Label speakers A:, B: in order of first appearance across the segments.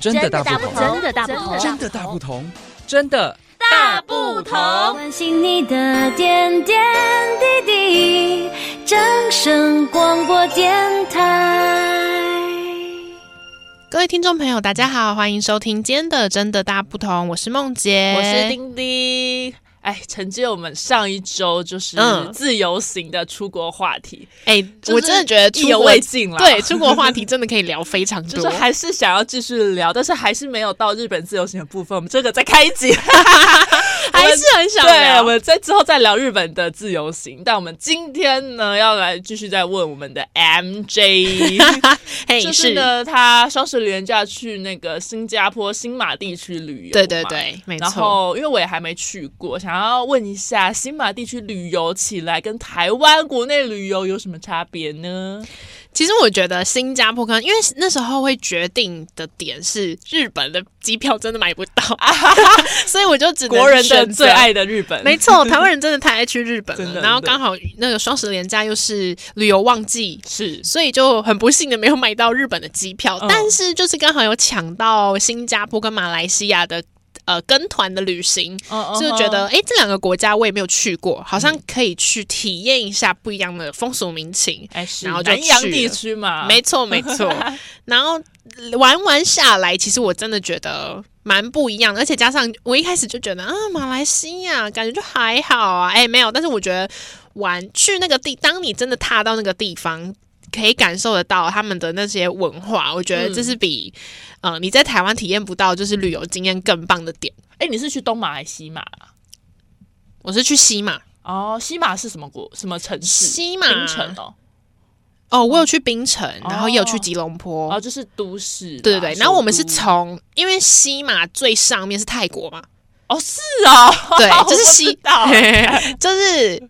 A: 真的大
B: 大
A: 不同，
B: 真的大不
C: 真
B: 同，
C: 的
A: 真的大不同，真的
B: 大不同。
C: 关心你的点点滴滴，掌声广播电台。
D: 各位听众朋友，大家好，欢迎收听今天的《真的大不同》，我是梦洁，
E: 我是丁丁。哎，承接我们上一周就是
D: 嗯
E: 自由行的出国话题，
D: 哎、
E: 就是
D: 我真的觉得出
E: 意犹
D: 国
E: 未尽啦
D: 对，出国话题真的可以聊非常
E: 就
D: 多。
E: 是还是想要继续聊，但是还是没有到日本自由行的部分，我们这个再开一集，
D: 还是很想
E: 对，
D: 聊
E: 我们在之后再聊日本的自由行。但我们今天呢，要来继续再问我们的 MJ，
D: 嘿
E: 就是呢，他双十连假去那个新加坡新马地区旅游嘛，
D: 对对对，没
E: 然
D: 错。
E: 后，因为我也还没去过，想要问一下，新马地区旅游起来跟台湾国内旅游有什么差别呢？
D: 其实我觉得新加坡可能因为那时候会决定的点是日本的机票真的买不到， 所以我就只能
E: 国人的
D: 选择
E: 最爱的日本，
D: 没错，台湾人真的太爱去日本
E: 真
D: 了。
E: 的
D: 然后
E: 真的
D: 刚好那个双十连假又是旅游旺季，
E: 是
D: 所以就很不幸的没有买到日本的机票，
E: 嗯
D: 但是就是刚好有抢到新加坡跟马来西亚的。呃，跟团的旅行
E: 嗯
D: 就觉得，哎、这两个国家我也没有去过，好像可以去体验一下不一样的风俗民情。
E: 哎是
D: 然后就
E: 南洋
D: 去了
E: 地区嘛，
D: 没 错，没错。然后玩玩下来，其实我真的觉得蛮不一样的，而且加上我一开始就觉得啊，马来西亚感觉就还好啊，哎，没有，但是我觉得玩去那个地，当你真的踏到那个地方。可以感受得到他们的那些文化，我觉得
E: 嗯
D: 这是比、呃你在台湾体验不到，就是旅游经验更棒的点。
E: 哎，你是去东马还是西马？啊
D: 我是去西马
E: 哦，西马是什么国？什么城市？
D: 西马
E: 槟城哦，
D: 哦，我有去槟城，然后也有去
E: 嗯哦
D: 吉隆坡，
E: 哦，就是都市啦，
D: 对对对。
E: 首
D: 然后我们是
E: 都
D: 从，因为西马最上面是泰国嘛，
E: 哦是哦，
D: 对
E: 我，不
D: 就是西
E: 知道
D: 就是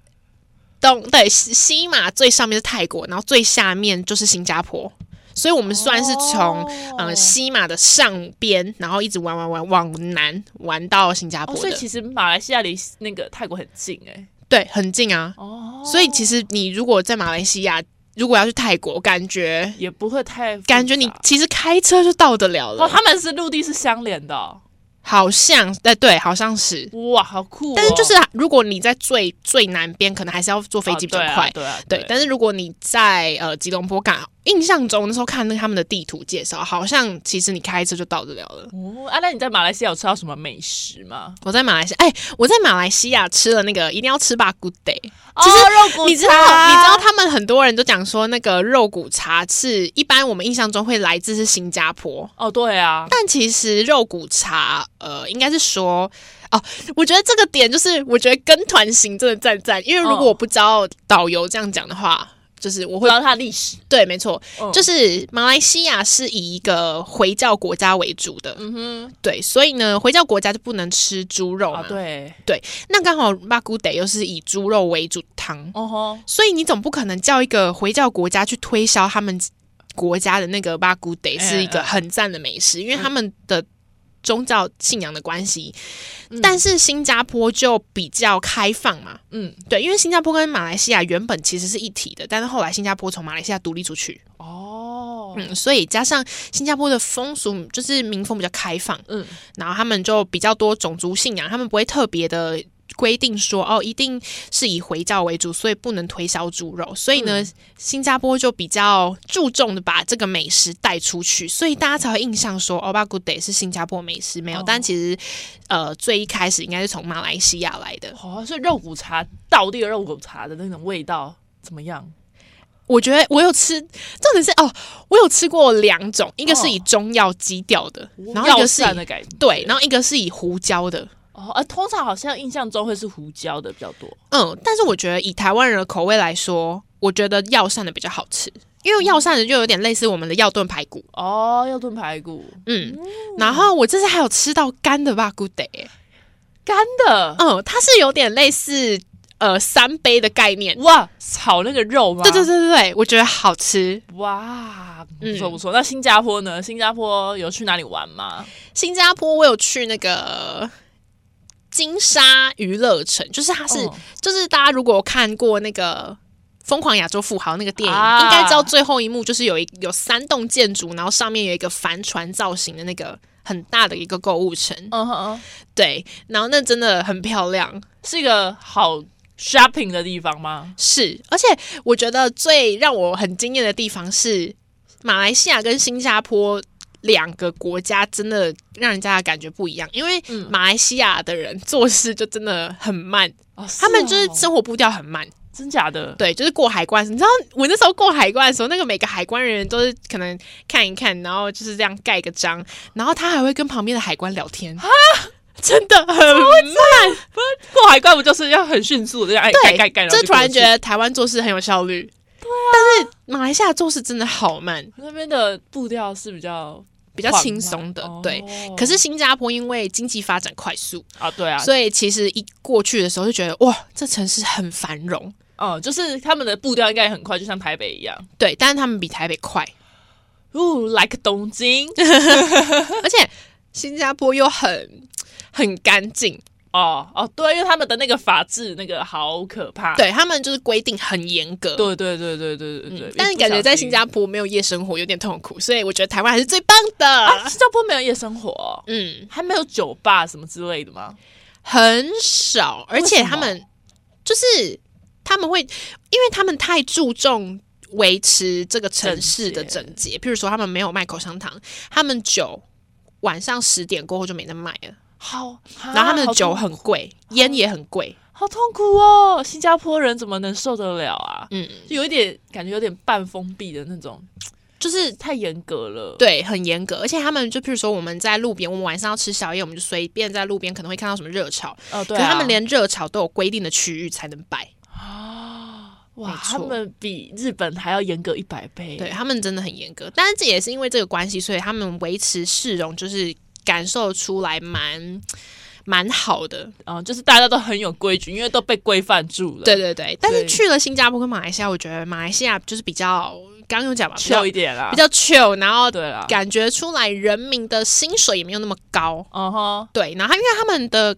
D: 东对西西马最上面是泰国，然后最下面就是新加坡，所以我们算是从、
E: 哦
D: 呃西马的上边，然后一直玩玩玩往南玩到新加
E: 哦，
D: 坡
E: 所
D: 的，
E: 以其实马来西亚离那个泰国很近哎，
D: 对，很近啊。
E: 哦，
D: 所以其实你如果在马来西亚，如果要去泰国，感觉
E: 也不会太复杂
D: 感觉你其实开车就到得了了，
E: 啊哦，他们是陆地是相连的哦、
D: 好像哎、对，好像是。
E: 哇，好酷哦、
D: 但是就是如果你在最最南边，可能还是要坐飞机比较
E: 哦对啊
D: 快。
E: 对啊，
D: 对，但是如果你在呃吉隆坡港，印象中那时候看那个他们的地图介绍，好像其实你开车就到得了了。
E: 哦，啊，那你在马来西亚有吃到什么美食吗？
D: 我在马来西亚，哎、我在马来西亚吃了那个一定要吃吧 Good Day，
E: 其实、肉骨
D: 你知道，啊你知道他们很多人都讲说那个肉骨茶是一般我们印象中会来自是新加坡，
E: 哦，对啊，
D: 但其实肉骨茶，呃，应该是说。哦，我觉得这个点就是，我觉得跟团行真的赞赞，因为如果
E: 哦
D: 我不知道导游这样讲的话，就是我
E: 不
D: 会
E: 知道它的历史，
D: 对，没错，
E: 嗯
D: 就是马来西亚是以一个回教国家为主的，
E: 嗯哼，
D: 对，所以呢，回教国家就不能吃猪肉嘛。
E: 啊，对，
D: 那刚好巴古得又是以猪肉为主汤，
E: 哦吼，
D: 所以你总不可能叫一个回教国家去推销他们国家的那个巴古得是
E: 哎
D: 一个很赞的美食，因
E: 嗯
D: 为他们的。宗教信仰的关系，但是新加坡就比较开放嘛，
E: 嗯，
D: 对，因为新加坡跟马来西亚原本其实是一体的，但是后来新加坡从马来西亚独立出去，
E: 哦，
D: 嗯，所以加上新加坡的风俗就是民风比较开放，
E: 嗯，
D: 然后他们就比较多种族信仰，他们不会特别的规定说哦，一定是以回教为主，所以不能推销猪肉。所以呢，
E: 嗯
D: 新加坡就比较注重的把这个美食带出去，所以大家才会印象说 o b a g u d 是新加坡美食没有，
E: 哦
D: 但其实呃最一开始应该是从马来西亚来的。
E: 哦，所以肉骨茶道地的肉骨茶的那种味道怎么样？
D: 我觉得我有吃，重点是哦，我有吃过两种，一个是以
E: 哦
D: 中药基调的，然后一
E: 药
D: 个是以
E: 膳的感觉，
D: 对，然后一个是以胡椒的，
E: 哦，呃，通常好像印象中会是胡椒的比较多，
D: 嗯，但是我觉得以台湾人的口味来说，我觉得药膳的比较好吃，因为药膳的就有点类似我们的药炖排骨，
E: 哦，要炖排骨，
D: 嗯，然后我这次还有吃到干的吧骨得，
E: 干的，
D: 嗯，它是有点类似呃三杯的概念，
E: 哇，炒那个肉吗？
D: 对对对对对，我觉得好吃。
E: 哇，不
D: 嗯
E: 错不错。那新加坡呢？新加坡有去哪里玩吗？
D: 新加坡我有去那个。金沙娱乐城就是它是、
E: 哦
D: 就是大家如果有看过那个疯狂亚洲富豪》那个电影，
E: 啊
D: 应该知道最后一幕就是有一有三栋建筑，然后上面有一个帆船造型的那个很大的一个购物城，
E: 嗯哼嗯，
D: 对，然后那真的很漂亮，
E: 是一个好 shopping 的地方吗？
D: 是，而且我觉得最让我很惊艳的地方是马来西亚跟新加坡。两个国家真的让人家的感觉不一样，因为
E: 嗯
D: 马来西亚的人做事就真的很慢，
E: 哦，
D: 他们就是
E: 哦
D: 生活步调很慢，
E: 真假的，
D: 对，就是过海关。你知道我那时候过海关的时候，那个每个海关人员都是可能看一看，然后就是这样盖个章，然后他还会跟旁边的海关聊天啊，真的很慢。
E: 过海关不就是要很迅速的这样哎盖盖盖，
D: 对，
E: 然后
D: 就
E: 就
D: 突然
E: 过去
D: 觉得台湾做事很有效率。对啊，但是马来西亚做事真的好慢，
E: 那边的步调是比较
D: 比
E: 比
D: 较轻松的，
E: 哦
D: 对。可是新加坡因为经济发展快速，
E: 啊，对啊，
D: 所以其实一过去的时候就觉得哇，这城市很繁荣，
E: 嗯，就是他们的步调应该也很快，就像台北一样。
D: 对，但是他们比台北快，
E: 哦，like 东京
D: 而且新加坡又很很干净，
E: 哦哦，对，因为他们的那个法制那个好可怕。
D: 对他们就是规定很严格。
E: 啊对对对对对对对
D: 嗯，但是感觉在新加
E: 坡
D: 坡没有夜生活有点痛苦，所以我觉得台湾还是最棒的。
E: 啊，新加坡没有夜生活哦，
D: 嗯，
E: 还没有酒吧什么之类的吗？
D: 很少，而
E: 为
D: 且
E: 什么
D: 他们就是他们会，因为他们太注重。维持这个城市的整洁，譬如说他们没有卖口香糖，他们酒晚上十点过后就没得卖了，
E: 好，
D: 然后他们
E: 啊
D: 的酒
E: 好痛
D: 很贵，烟也很贵，
E: 好痛苦哦，新加坡人怎么能受得了啊？
D: 嗯，
E: 就有一点感觉有点半封闭的那种，
D: 就是
E: 太严格了。
D: 对，很严格，而且他们就譬如说我们在路边，我们晚上要吃宵夜，我们就随便在路边可能会看到什么热炒，
E: 哦，
D: 可
E: 对啊，
D: 是他们连热炒都有规定的区域才能摆，
E: 哇
D: 没，错
E: 他们比日本还要严格一百倍。
D: 对他们真的很严格。但是这也是因为这个关系，所以他们维持市容就是感受出来蛮蛮好的。
E: 嗯，就是大家都很有规矩，因为都被规范住了。
D: 对，对对，但是
E: 对
D: 去了新加坡跟马来西亚，我觉得马来西亚就是比较刚刚有讲吧，比较
E: 秀一点啦，
D: 比较 chill，然后
E: 对啊啦。
D: 感觉出来人民的薪水也没有那么高。
E: 嗯哼，
D: 对，然后因为他们的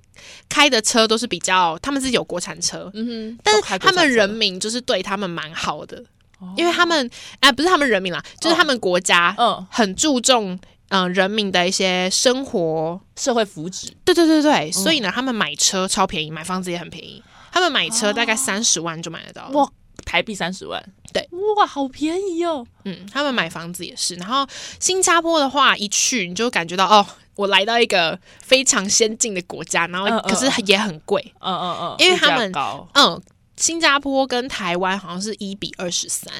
D: 开的车都是比较，他们自己有国产车，
E: 嗯哼，
D: 但是
E: 都开国
D: 他
E: 产
D: 们
E: 车
D: 人，民就是对他们蛮好的，
E: 哦
D: 因为他们啊、不是他们人民啦，就是他们国家
E: 嗯，
D: 很注重嗯、呃人民的一些生活，嗯
E: 社会福祉
D: 对对对对，所以呢，他们买车超便宜，买房子也很便宜，他们买车大概三十万就买得到了，
E: 哇，台币三十万，
D: 对，
E: 哇，好便宜哦。
D: 嗯，他们买房子也是，然后新加坡的话，一去你就感觉到哦。我来到一个非常先进的国家，然后
E: 嗯嗯
D: 可是也很贵，
E: 嗯嗯嗯，
D: 因为
E: 物价
D: 他们
E: 高，
D: 嗯，新加坡跟台湾好像是一比二十三，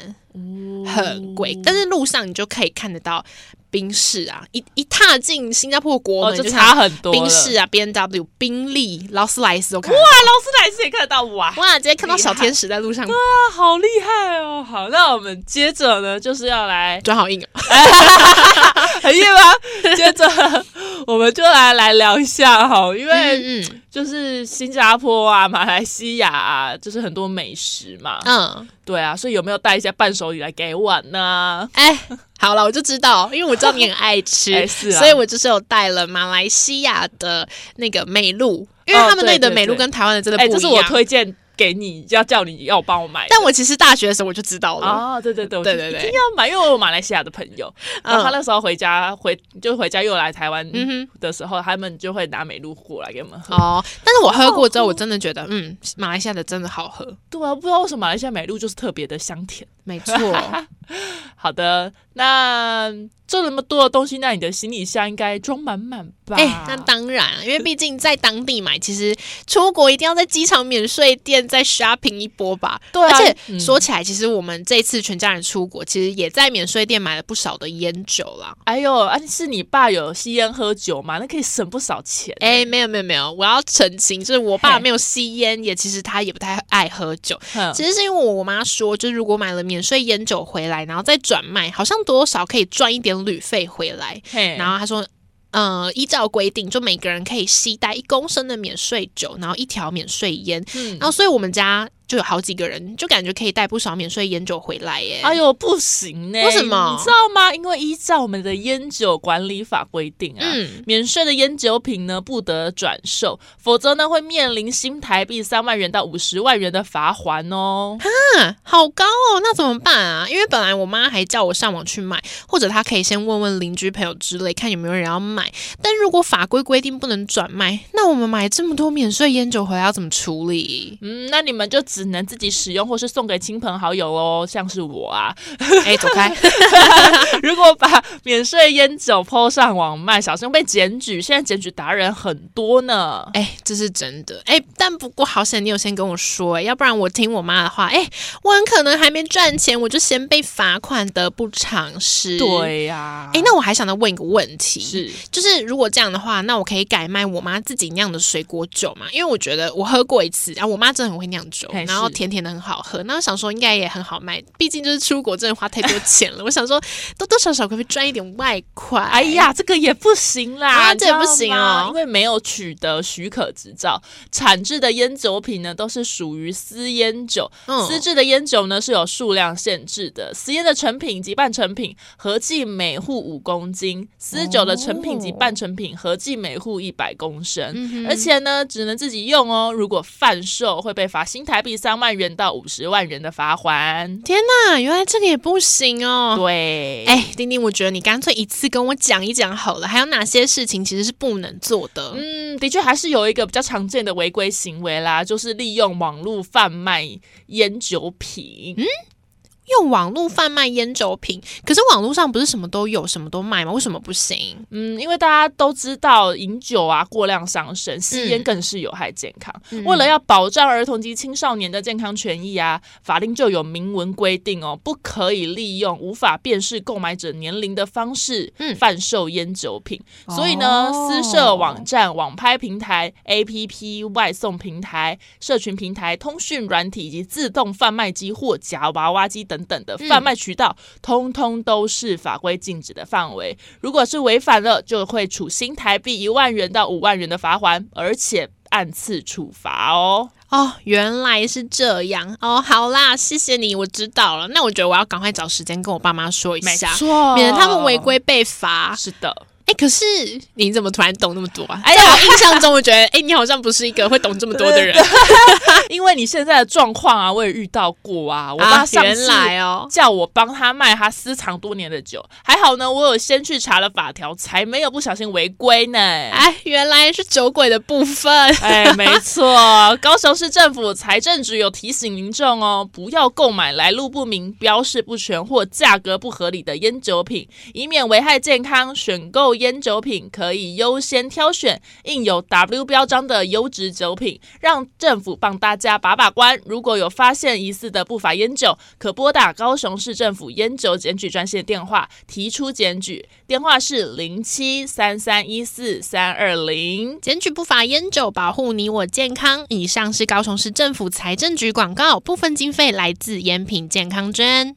D: 很贵，但是路上你就可以看得到宾士啊，一一踏进新加坡国
E: 哦，
D: 门
E: 就
D: 看到
E: 差很多了。
D: 宾士啊、B N W、宾利、劳斯莱斯都看得
E: 啊，劳斯莱斯也看得到啊哇
D: 到，哇，直接看到小天使在路上
E: 哇，好厉害哦。好，那我们接着呢，就是要 来
D: 转好硬啊，
E: 很夜吗？接着我们就来来聊一下哈，因为
D: 嗯嗯
E: 就是新加坡啊、马来西亚啊，就是很多美食嘛。
D: 嗯，
E: 对啊，所以有没有带一些伴手礼来给我啊呢？
D: 哎，好了，我就知道，因为我知道你很爱吃，
E: 哎是啊
D: 所以我就是有带了马来西亚的那个美
E: 哦
D: 露，因为他们那里的美露跟台湾的真的
E: 哎、
D: 不
E: 这是
D: 一
E: 我
D: 样。
E: 推荐给你，要叫你要帮我买的。
D: 但我其实大学的时候我就知道了，
E: 啊、对对对，我嗯
D: 对
E: 就
D: 对对
E: 一定要买，因为我有马来西亚的朋友，然后他那时候回家回就回家又来台湾
D: 嗯
E: 的时候，他们就会拿美露过来给我们喝。
D: 哦，但是我喝过之后，我真的觉得，嗯，马来西亚的真的好喝，
E: 对啊，不知道为什么马来西亚美露就是特别的香甜。
D: 没 错。
E: 好的，那做那么多的东西，那你的行李箱应该装满满吧？
D: 哎、那当然，因为毕竟在当地买，其实出国一定要在机场免税店再 shopping 一波吧。
E: 对啊
D: 而且
E: 嗯
D: 说起来，其实我们这次全家人出国，其实也在免税店买了不少的烟酒啦。
E: 哎呦，啊，是你爸有吸烟喝酒嘛？那可以省不少钱。
D: 哎、没有没有没有，我要澄清，就是我爸
E: 嘿嗯
D: 没有吸烟，也其实他也不太爱喝酒。
E: 哼
D: 其实是因为我妈说，就是如果买了免税烟酒回来，然后再转卖，好像多少可以赚一点旅费回来。
E: 嘿
D: 然后他说，呃，依照规定，就每个人可以携带一公升的免税酒，然后一条免税烟。
E: 嗯
D: 然后，所以我们家就有好几个人，就感觉可以带不少免税烟酒回来耶。
E: 哎呦，不行呢、
D: 为什么
E: 你知道吗？因为依照我们的烟酒管理法规定啊，
D: 嗯，
E: 免税的烟酒品呢不得转售，否则呢会面临新台币三万元到五十万元的罚款哦。？
D: 啊，好高哦，那怎么办啊？因为本来我妈还叫我上网去买，或者她可以先问问邻居朋友之类，看有没有人要买。但如果法规规定不能转卖，那我们买这么多免税烟酒回来要怎么处理
E: 嗯，那你们就只能自己使用，或是送给亲朋好友喽。像是我啊，
D: 哎、走开！
E: 如果把免税烟酒抛上网卖，小心被检举。现在检举达人很多呢。
D: 哎、这是真的。哎、但不过好险你有先跟我说、哎要不然我听我妈的话，哎、我很可能还没赚钱，我就先被罚款，得不偿失。。
E: 对呀、
D: 哎、那我还想再问一个问题，
E: 是
D: 就是如果这样的话，那我可以改卖我妈自己酿的水果酒嘛？因为我觉得我喝过一次，啊，我妈真的很会酿酒
E: 嘿，
D: 然后
E: 是
D: 甜甜的很好喝。那我想说应该也很好卖，毕竟就是出国真的花太多钱了。我 想说多多少少可不可以赚一点外快？
E: 哎，呀，这个也不行啦，
D: 啊
E: 你知
D: 这也不
E: 道
D: 行
E: 吗
D: 哦
E: 因为没有取得许可执照，产制的烟酒品呢都是属于私烟酒，
D: 嗯
E: 私制的烟酒呢是有数量限制的，私烟的成品及半成品合计每户五公斤，私酒的成品及半成品合计每户一百公升。
D: 嗯
E: 而且呢，只能自己用哦。如果贩售，会被罚新台币三万元到五十万元的罚款。
D: 天哪，原来这个也不行哦。
E: 对，
D: 哎、丁丁，我觉得你干脆一次跟我讲一讲好了，还有哪些事情其实是不能做的？
E: 嗯，的确还是有一个比较常见的违规行为啦，就是利用网络贩卖烟酒品。
D: 用网络贩卖烟酒品，可是网络上不是什么都有，什么都卖吗？为什么不行？
E: 嗯，因为大家都知道饮酒啊过量伤身，吸烟更是有害健康。为了要保障儿童及青少年的健康权益啊，法令就有明文规定哦，不可以利用无法辨识购买者年龄的方式
D: 嗯
E: 贩售烟酒品。所以呢，私设网站、网拍平台、APP、外送平台、社群平台、通讯软体以及自动贩卖机或夹娃娃机等等的贩卖渠道，通通都是法规禁止的范围。如果是违反了，就会处新台币一万元到五万元的罚款，而且按次处罚哦。
D: 哦，原来是这样哦。好啦，谢谢你，我知道了。那我觉得我要赶快找时间跟我爸妈说一下，
E: 错
D: 免得他们违。规被罚。
E: 是的，
D: 哎，可是你怎么突然懂那么多啊？
E: 哎
D: 哎
E: 呀
D: 呀，我印象中我觉得，哎，你好像不是一个会懂这么多的 人
E: 因为你现在的状况啊，我也遇到过啊。我爸
D: 啊。
E: 上
D: 原
E: 次
D: 来哦，
E: 叫我帮他卖他私藏多年的酒，还好呢，我有先去查了法条，才没有不小心违规呢。
D: 哎，原来是酒鬼的部分。
E: 哎，没错，高雄市政府财政局有提醒民众哦，不要购买来路不明、标示不全或价格不合理的烟酒品，以免危害健康。选购烟酒品可以优先挑选印有 W 标章的优质酒品，让政府帮大家把把关。如果有发现疑似的不法烟酒，可拨打高雄市政府烟酒检举专线电话提出检举，电话是零七三三一四三二零。
D: 检举不法烟酒，保护你我健康。以上是高雄市政府财政局广告，部分经费来自烟品健康捐。